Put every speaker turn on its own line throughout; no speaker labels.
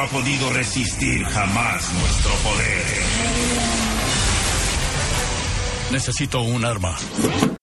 ha podido resistir jamás nuestro poder.
Necesito un arma.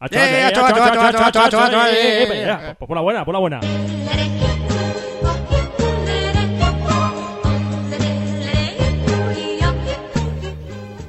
ah,
Eh, acho, acho, acho, acho, acho, acho, acho, eh, eh, eh, eh. Pon la buena, pon la buena.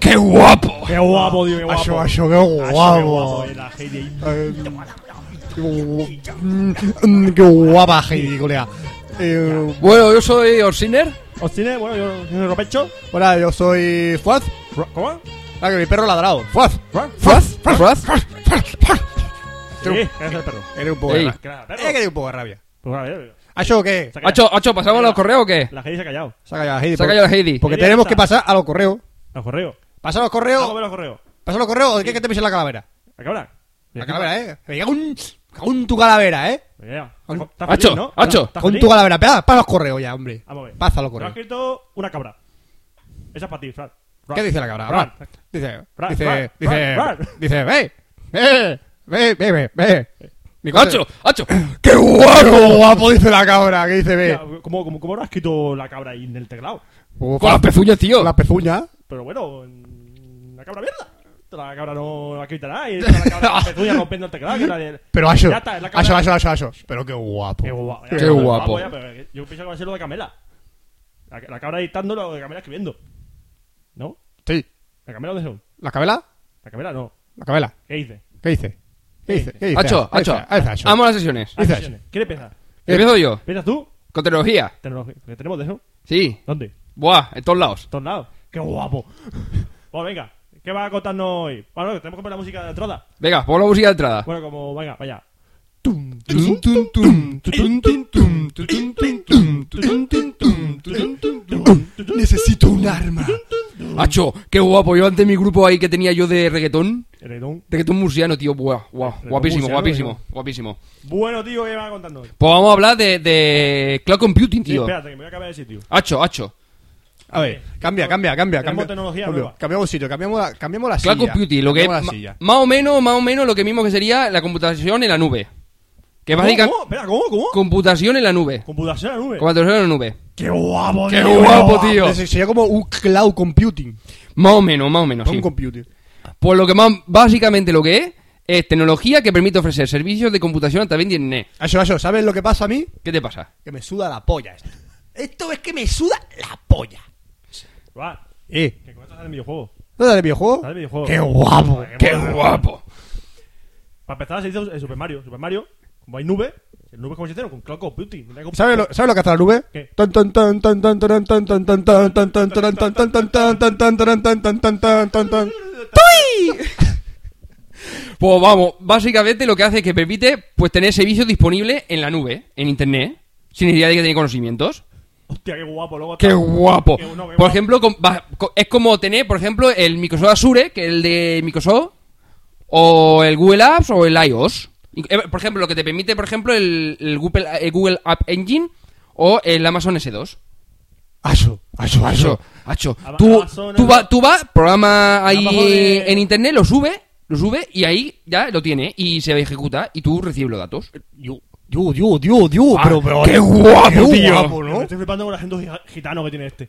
¡Qué guapo!
Qué guapo, tío, qué guapo.
Acho, acho, qué
Acho,
guapo.
eh, la Heidi ahí.
Eh, qué gu- mm, mm, ¡Qué guapa, Heidi, colega! Eh,
Bueno, yo soy Orsiner.
¿Os tiene? Bueno, yo tiene ropecho.
hola, yo soy Fuaz.
Ro- ¿Cómo?
Ah, que mi perro ha ladrado. Fuaz.
Fuaz, fuaz.
Sí, ¿qué hace el perro?
Que le dio un poco de
Ey.
rabia.
Que nada,
Eh, que
perro.
le dio un poco de rabia.
Pues, a ver,
¿Acho qué?
se ha callado.
Acho, acho, ¿pasamos los correos o qué?
La Heidi se ha callado.
Se ha callado Heidi.
Se ha
porque-
callado la Heidi.
Porque
Heidi,
tenemos
¿dónde
que
está?
pasar a los correos.
Los correos.
¿Pasa
Vamos
los
a
correos?
ver los correos.
¿Pasa los correos o de qué que te pise la calavera?
¿A qué hora?
La calavera, eh. Me llega un. Con tu calavera, eh.
Mira,
Con-
¿estás
Acho,
feliz, no?
acho.
¿Estás
Con
feliz?
tu calavera. Pasa pasa los correos ya, hombre.
Vamos a ver. Te
Pasa los
lo ha
correos.
escrito una cabra. Esa es para ti, Fran. Fran.
¿Qué dice la cabra?
Fran.
Bra. Dice,
Bra,
dice,
bra,
dice,
bra, bra.
dice, ve, ve, ve, ve, ve, ve. Mi coche-
Acho, acho.
¡Qué guapo! ¡Qué guapo! Dice la cabra, que dice, ve.
Mira, ¿Cómo, cómo, cómo lo ha escrito la cabra ahí en el teclado?
Uf,
Con las pezuñas, tío.
Con las pezuñas.
Pero bueno, mm, la cabra mierda. La cabra no la quita nada. Y está la cabra con pezuña rompiendo el teclado. Que nadie...
Pero Aso,
Ya está, es la cabra.
Aso, Aso, Aso, Aso. Pero qué guapo.
Qué guapo.
Qué guapo.
ya, pero yo pienso que va a ser lo de Camela. La, la cabra dictando lo de Camela escribiendo. ¿No?
Sí.
¿La Camela dónde son?
¿La cabela?
La Camela no.
La cabela.
¿Qué dice?
¿Qué dice? ¿Qué dice? ¿Qué dice?
Acho,
Ahí
acho.
está, ahí está, Aso.
Amo las sesiones.
Dice
Acciones. ¿Quién empieza?
Empiezo yo.
¿Empiezas tú?
Con tecnología.
Tecnología. ¿Qué tenemos de eso?
Sí.
¿Dónde?
Buah, en todos lados.
todos lados. ¡Qué guapo! Bueno, venga, ¿qué va a contarnos hoy? Bueno, que tenemos que poner la música de entrada.
Venga, pon la música de entrada.
Bueno, como, venga, vaya.
Tum, tum, tum, tum, tum, tum, tum, tum, tum, tum, tum, tum, tum, tum, tum, tum. Necesito un arma.
Acho, qué guapo. Yo antes mi grupo ahí que tenía yo de reggaetón.
El edón.
Reggaetón murciano, tío. Buah, buah.
Reggaetón
Guapísimo,
murciano,
guapísimo, guapísimo.
Bueno, tío, ¿qué va a contarnos hoy?
Pues vamos a hablar de, de cloud computing,
Sí,
tío.
espérate, que me voy a cambiar de sitio.
Hacho, hacho.
A ver, cambia, cambia, cambia.
Tenemos
cambia.
tecnología
Cambio.
nueva.
Cambiamos sitio, cambiamos la, cambiamos la
Cloud
silla.
computing, lo que es
Cambiamos
ma-
la silla.
más o menos, más o menos lo que mismo que sería la computación en la nube. Que
¿Cómo?
básicamente
¿Cómo? Espera, ¿cómo? ¿Cómo?
computación en la nube.
Computación en la nube.
Computación en la nube.
¡Qué guapo,
¡Qué guapo, tío!
Ese Sería como un cloud computing.
Más o menos, más o menos.
No
sí.
un computing.
Pues lo que más, básicamente lo que es, es tecnología que permite ofrecer servicios de computación a través de internet.
Ayo, ayo, ¿sabes lo que pasa a mí?
¿Qué te pasa?
Que me suda la polla esto. Esto es que me suda la polla.
Va,
Eh,
que con esto sale el videojuego.
¿no sale el videojuego?
Sale el videojuego.
¡Qué guapo!
Joder,
¡Qué
mola.
guapo!
Para empezar, se hizo el Super Mario. Super Mario, como hay nube, el nube como se hicieron con Cloud Computing. No hay compu-
¿Sabes lo, ¿Sabes lo que hace la nube?
¿Qué?
Ton, ton, ton, ton, ton, ton, ton, ton, ton, ton, ton, ton, ton, ton, ton, ton, ton, ton, ton, ton, ton, ton, ton, ton, ton, ton.
Pues vamos, básicamente lo que hace es que permite pues tener servicios disponibles en la nube, en internet, sin necesidad de que tener conocimientos.
Hostia, qué guapo. Luego
¡Qué
está-
guapo!
Qué- no, qué guapo.
Por ejemplo, con- va- co- es como tener, por ejemplo, el Microsoft Azure, que es el de Microsoft, o el Google Apps o el iOS. Y, eh, Por ejemplo, lo que te permite, por ejemplo, el, el Google, el Google App Engine o el Amazon S2.
Ayo, ayo, ayo.
Acho, acho.
Ama-
Tú,
Amazon,
tú,
Amazon.
va- tú vas, programa ahí
Amazon de-
en internet, lo sube, lo sube y ahí ya lo tiene y se ejecuta y tú recibes los datos.
Yo, yo, yo, yo, yo, pero, pero.
qué guapo,
¡Qué
tío.
guapo, ¿no?
Estoy flipando con el acento gi- gitano que tiene este.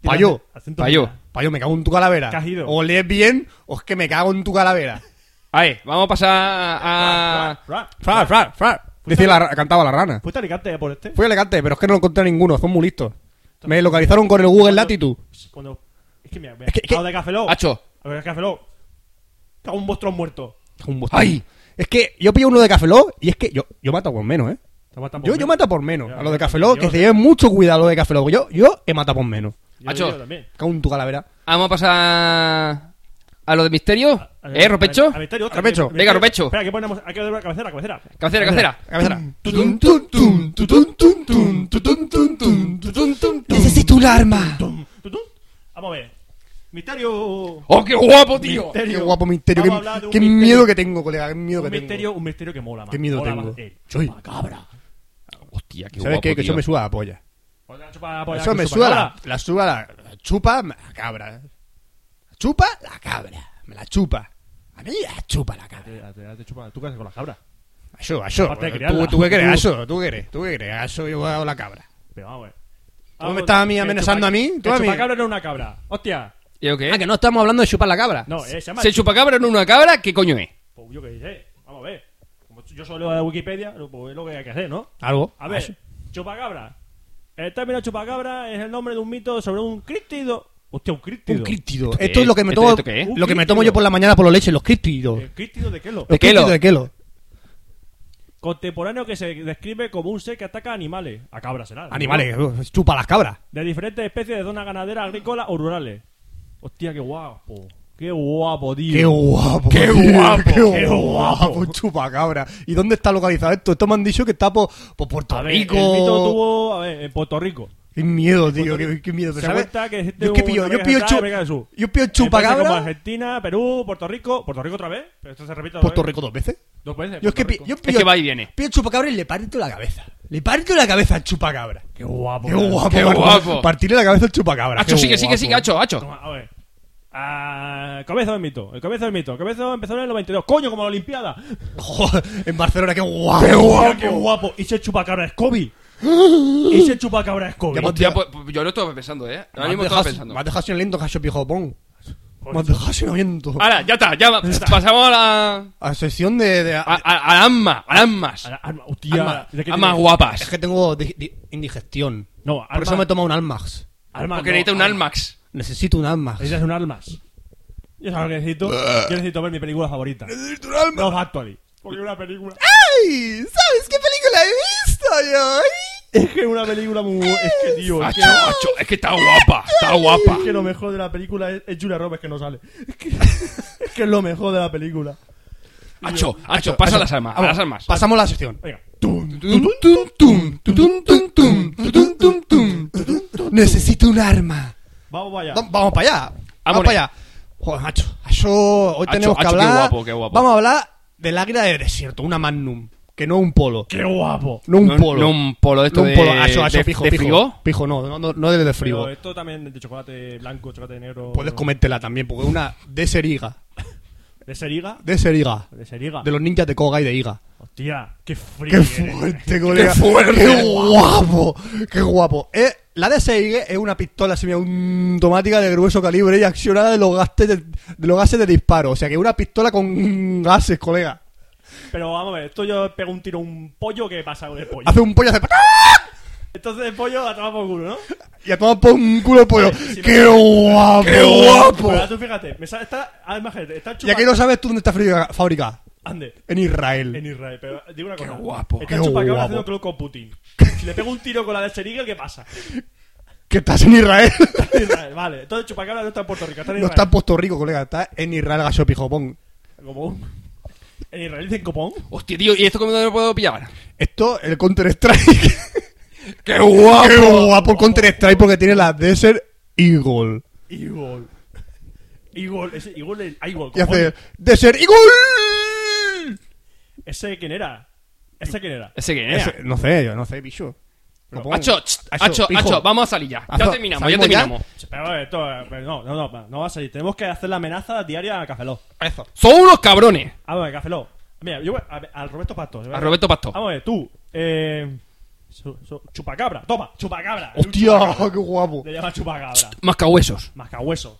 Tiene
Payo.
acento
Payo.
gitano.
Payo, me cago en tu calavera.
¿Qué has ido?
O lees bien, o es que me cago en tu calavera.
A ver, vamos a pasar
Ah.
a...
Ra, ra, ra.
Fra, fra, fra. Decía la, ra- cantaba la rana.
¿Fuiste a Alicante por este?
Fui a Alicante, pero es que no encontré a ninguno, son muy listos. Me localizaron con el Google Latitude.
Cuando. Es que mira, me
Es que-
que,
es que-
de Café Lock.
Acho.
A ver, Café Lock. Cago en vuestros muertos.
Un bostón.
¡Ay!
Es que yo pillo uno de Cafeló y es que yo, yo mato por menos, ¿eh?
Te matan Ah, por
Yo, yo
menos.
mato por menos.
Ya,
A los de
ya,
Cafeló,
yo-
que se lleven mucho cuidado los de Cafeló. Yo, yo he matado por menos.
Yo,
Acho.
yo también.
Cago en tu calavera.
Vamos a pasar a lo de misterio.
A- a-
¿Eh, Ropecho?
a- a Misterio, hostia,
Ropecho.
que-
Venga,
Misterio-
Ropecho.
Espera, que ponemos. Hay que ver la cabecera, la cabecera.
Cabecera, cabecera.
Cabecera.
Tutum,
tum, tum, tutum, tum, tum, tutum, tum, tum, tutum, tum, tum. Necesito un arma.
Tutún. Vamos a ver. Misterio.
¡Oh, qué guapo, tío!
Qué guapo misterio.
Vamos a hablar de
Qué,
un
qué
misterio.
miedo que tengo, colega. Qué miedo que
Un
tengo.
misterio, un misterio que mola más.
Qué miedo
Mola
tengo.
más eh. el
Soy-
chupacabra.
Hostia, qué
¿Sabes
guapo,
qué? Que
tío.
eso me suda la polla.
Otra chupa- polla
Eso
con
me
chupacabra.
suda la, la suda la, la chupa la cabra. Chupa la cabra. Me la chupa. A mí la chupa la cabra.
Te- Eh, te- te chupa- ¿Tú qué haces con las cabras?
Eso, eso.
Aparte de
Tú,
criarla.
tú qué crees, eso, tú qué crees, tú qué crees, eso yo he dado la cabra.
Pero vamos a ver.
¿Tú me estás a mí
que
amenazando
chupa-
a mí?
que
¿Tú a mí?
chupacabra no es una cabra. Hostia.
¿Yo qué?
Ah, que no estamos hablando de chupar la cabra.
No, eh, se llama.
Si el chupacabra no es una cabra, ¿qué coño es?
Pues yo qué sé. Vamos a ver. Como yo solo leo la Wikipedia, lo- pues es lo que hay que hacer, ¿no?
Algo.
A ver, chupacabra. El término chupacabra es el nombre de un mito sobre un críptido. Hostia, un críptido.
Un críptido.
¿Esto
Esto es
qué
lo que me
es? ¿Esto-
tomo.
esto qué es?
Lo que me
Un
tomo
críptido.
yo por la mañana por la leche, los críptidos.
¿El críptido Eh, de qué lo?
Los
qué
críptidos
lo?
de Kelo.
Contemporáneo que se describe como un ser que ataca a animales. A cabras será. ¿no?
Animales, uh, chupa las cabras.
De diferentes especies de zonas ganaderas, agrícolas o rurales. Hostia, qué guapo. Qué guapo, tío.
Qué guapo.
Qué
tío,
guapo,
Qué
qué
guapo. Chupa cabra. ¿Y dónde está localizado esto? Esto me han dicho que está por, por Puerto
A ver,
Rico.
el mito tuvo, a ver, en Puerto Rico.
Qué miedo, tío.
Puerto
Qué, qué miedo. Pero,
Se
¿sabes?
cuenta que existe
yo es que
una
pillo, yo
América
pillo,
Central, América del Sur.
chup, yo pillo
En países como
chupacabra.
Argentina, Perú, Puerto Rico. Puerto Rico otra vez. Pero esto se repite dos
Puerto
veces.
Rico dos veces.
Dos veces.
Yo es que,
Puerto
pi-
Rico.
yo pillo,
que va y viene.
Pillo el chupacabra y le parto la cabeza. Le parto la cabeza al chupacabra.
Qué guapo.
Qué
cara.
guapo,
Qué
Marco.
guapo. Ah,
Partirle la cabeza al chupacabra.
Hacho,
Qué
sigue, sigue,
guapo.
sigue, hacho, hacho.
Toma, a ver. Ah, comienzo del mito. El comienzo del mito. El comienzo empezó en el 92. Coño, como la Olimpiada.
Joder, en Barcelona, qué guapo. Qué
Hostia, qué guapo. Y se chupacabra es Kobe. Y se chupacabra es Kobe.
Ya hemos
Hostia, pues, pues yo lo estaba pensando, ¿eh? Ahora mismo estaba pensando.
Me has dejado sin aliento, Cacho Pijopón. Me has dejado sin aliento.
Ahora, ya está, ya va- pasamos a la...
A sección de... de-
A, a, a las más, a las más.
Al- alma- hostia,
Alma-
¿de qué
A más
tiene?
es
guapas.
que tengo di- di- indigestión.
No,
Por
alma-
eso me he tomado un Almax.
Alma,
Porque
no,
necesita un
alma.
Almax.
Necesito un Almax.
Necesitas un almas. Yo sabes lo que necesito. Yo necesito ver mi película favorita.
Necesito un Almax.
Love Actually. Porque una película.
¡Ay! ¿Sabes qué película he visto yo?
Es que una película muy. Es que, tío. Es
Hacho,
que,
hacho, es que está guapa, está guapa.
es que lo mejor de la película es, es Julia Roberts que no sale. Es que, es que es lo mejor de la película.
Hacho, hacho, pasa a las armas, a
Vamos,
las armas.
Pasamos a la sección.
Venga.
Tum, tum, tum, tum, tum, tum, tum, tum, tum, tum, tum. Necesito un arma.
Vamos para allá.
Va- vamos para allá. Vamos
Vámonos.
para allá. Joder, macho. Eso, hoy
Macho,
tenemos que
macho, qué
hablar.
guapo, qué guapo.
Vamos a hablar del águila de desierto, una magnum. Que no es un polo.
¡Qué guapo!
No un
No-
polo.
no un polo de esto
No un
de-
polo. Acho, acho,
de-
pijo,
de
pijo.
frigo.
Pijo, no, no, no, no de, de frigo.
Pero esto también es de chocolate blanco, chocolate negro.
Puedes comértela también, porque es una de seriga.
¿De seriga?
De seriga.
De seriga.
De los ninjas de Koga y de Iga.
Hostia, qué frío.
¡Qué
eres.
fuerte, colega! ¡Qué fuerte! ¡Qué guapo! ¡Qué guapo! Eh, la de Seigue es una pistola semiautomática de grueso calibre y accionada de los, gastes de, de los gases de disparo. O sea que una pistola con gases, colega.
Pero vamos a ver, esto yo pego un tiro a un pollo, ¿qué pasa con el pollo?
Hace un pollo, hace... ¡Ah!
Entonces el pollo a tomar por culo, ¿no?
Y a tomar por un culo el pollo.
sí,
¡Qué guapo! ¡Qué
Pero ahora tú fíjate, me sale, está, ah, imagínate, está
Ya
chupando.
que no sabes tú dónde está friga- fabricada.
Ande,
En Israel.
en Israel, pero digo una cosa.
guapo,
Está
qué
chupacabra
guapo.
haciendo club con Putin. Si le pego un tiro con la de seriga, ¿qué pasa?
Que estás en Israel.
En Israel, vale. Entonces chupacabra no está en Puerto Rico, está en
no
Israel.
está en Puerto Rico, colega. Está en Israel, gacho pijopón.
Como un- En Israel dicen copón.
Hostia, tío, ¿y esto cómo lo puedo pillar?
Esto, el Counter Strike.
¡Qué guapo!
¡Qué guapo el Counter Strike! Porque tiene la Desert Eagle.
Igor. Igor, ese Igor, el, ah, Igor,
Y hace
copón.
Desert Eagle.
¿Ese quién era? ¿Ese quién era?
Ese que
Eso,
es.
no sé, yo no sé, bicho. Supongo.
Hacho, tss, hacho,
pijo.
hacho, vamos a salir ya.
Hacho,
Ya terminamos, ya
¿salimos ya?
terminamos.
Pero a ver, esto, eh, pero no, no, no, no va a salir. Tenemos que hacer la amenaza diaria a Cafeló.
Eso.
Son unos cabrones.
A ver, Cafeló. Mira, yo voy a- al Roberto Pasto.
A Roberto Pasto.
Vamos a ver, tú. Eh, so- so- chupacabra, toma, chupacabra.
Hostia, qué guapo.
Le llama chupacabra.
Más cahuesos.
Mascahueso.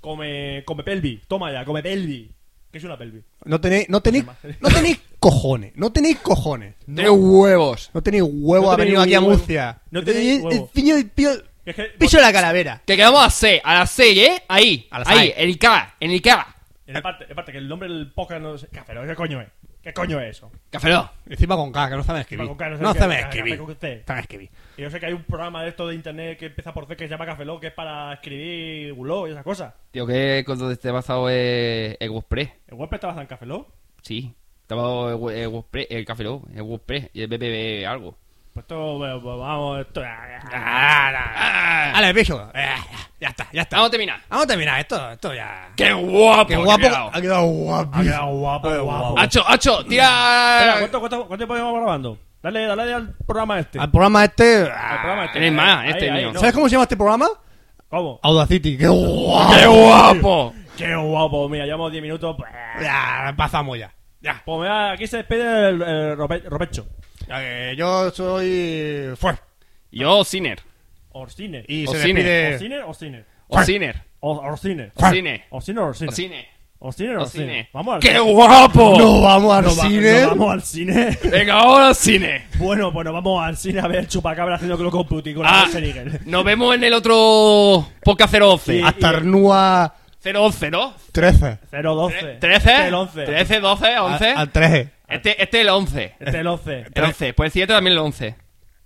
Come, come pelvi, toma ya, come pelvi. ¿Qué es una pelvi?
No tenéis, no tenéis, no tenéis cojones. No tenéis cojones.
De huevos.
No tenéis huevo,
No
ha
tenéis
venido aquí a
huevo.
Murcia.
No tenéis
el
huevo.
piño del piño.
Es que-
Picho de la calavera.
Que quedamos a 6, a las 6, ¿eh? Ahí,
A las seis.
ahí, en Ica, en Ica.
En parte, en parte, que el nombre del podcast no es. Cafeló, ¿qué coño es? ¿Qué coño es eso?
Cafeló.
Encima con K, que no saben escribir.
Con K, no
No
saben
saben
K,
escribir.
K, K, K.
Saben escribir.
Y yo sé que hay un programa de esto de internet que empieza por C que se llama Cafeló, que es para escribir blog y esas cosas.
Tío, que cuando te has basado eh, el WordPress.
¿El web está basado en Cafeló?
Sí. Te has basado el, we- el WordPress, el Cafeló, el WordPress y el BBB algo.
Pues esto, bueno, pues vamos, esto. ah,
Ah,
Vale, bicho. Eh, Ya está, ya está.
Vamos a terminar.
Vamos a terminar esto, esto ya.
¡Qué guapo!
Qué guapo. Ha quedado guapo.
Ah,
Ha quedado guapo, ah, guapo.
¡Hacho, hacho!
Espera,
¡Tira!
¿cuánto, cuánto, cuánto tiempo llevamos grabando? Dale, dale al programa este.
Al programa este.
Al programa este.
Tenéis Ah, más, este
es
mío.
¿Sabes cómo se llama este programa?
¿Cómo?
Audacity. ¡Qué guapo!
¡Qué guapo!
Qué guapo, mira, llevamos 10 minutos. Pues
Ya, pasamos ya. Ya.
mira, aquí se despide el, el Rope- Ropecho.
Ya que Yo soy. Fue.
Yo, Sinner.
Orsine.
Y
O
se
cine.
despide.
Orsine, Orsine.
Orsiner.
O- Orsine.
Orsine.
Orsine, Orsine.
Orsine.
Orsine,
Orsine.
Orsine. Vamos al
¡Qué guapo!
No vamos al
No va-
cine.
no vamos al cine.
Venga, ahora al cine.
bueno, bueno, vamos al cine a ver Chupacabra haciendo que lo computi con
Ah,
la Eagle. Eagle.
nos vemos en el otro podcast 011.
Sí.
Ah,
Hasta Arnúa
011, ¿no? Eh,
13.
012.
13,
El 11.
13, 12, 11.
A- Al 13.
Este, este es el 11.
Este el 11.
El 11. Pues el siguiente también el 11.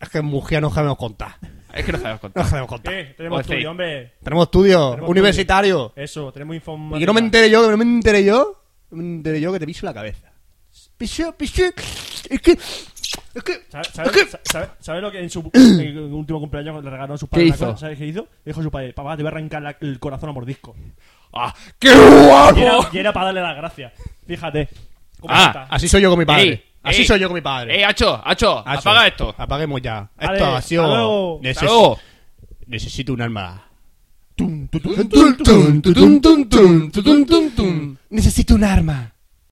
Es que en Murcia no sabemos contar.
Es que no sabemos contar.
No sabemos contar.
¿Qué? Tenemos
Pues sí.
estudio, hombre.
Tenemos estudio
Tenemos
universitario.
estudio. Eso, tenemos informática.
Y que no me entere yo, que no me entere yo. No me entere yo que te piso la cabeza. Piso, piso. Es que. Es que.
¿Sabes
Es que.
lo que en su en el último cumpleaños le regalaron sus padres?
¿Qué
una
hizo?
cosa? ¿Sabes qué hizo? Le dijo a su padre, papá, te voy a arrancar la- el corazón a mordisco.
¡Ah! ¡Qué
Y era,
Oh.
guapo!
y era para darle las gracias. Fíjate. ¿Cómo
Ah,
está?
Así soy yo con mi padre.
Ey,
Así
ey.
soy yo con mi padre.
¡Eh, Hacho! ¡Hacho!
Acho,
¡Apaga esto! ¡Hasta
Apaguemos ya. Esto
Vale,
ha sido.
hasta luego.
Neces-
luego!
Necesito un arma.
Tum, tum, tum, tum, tum, tum, tum, tum, tum.
Necesito un arma.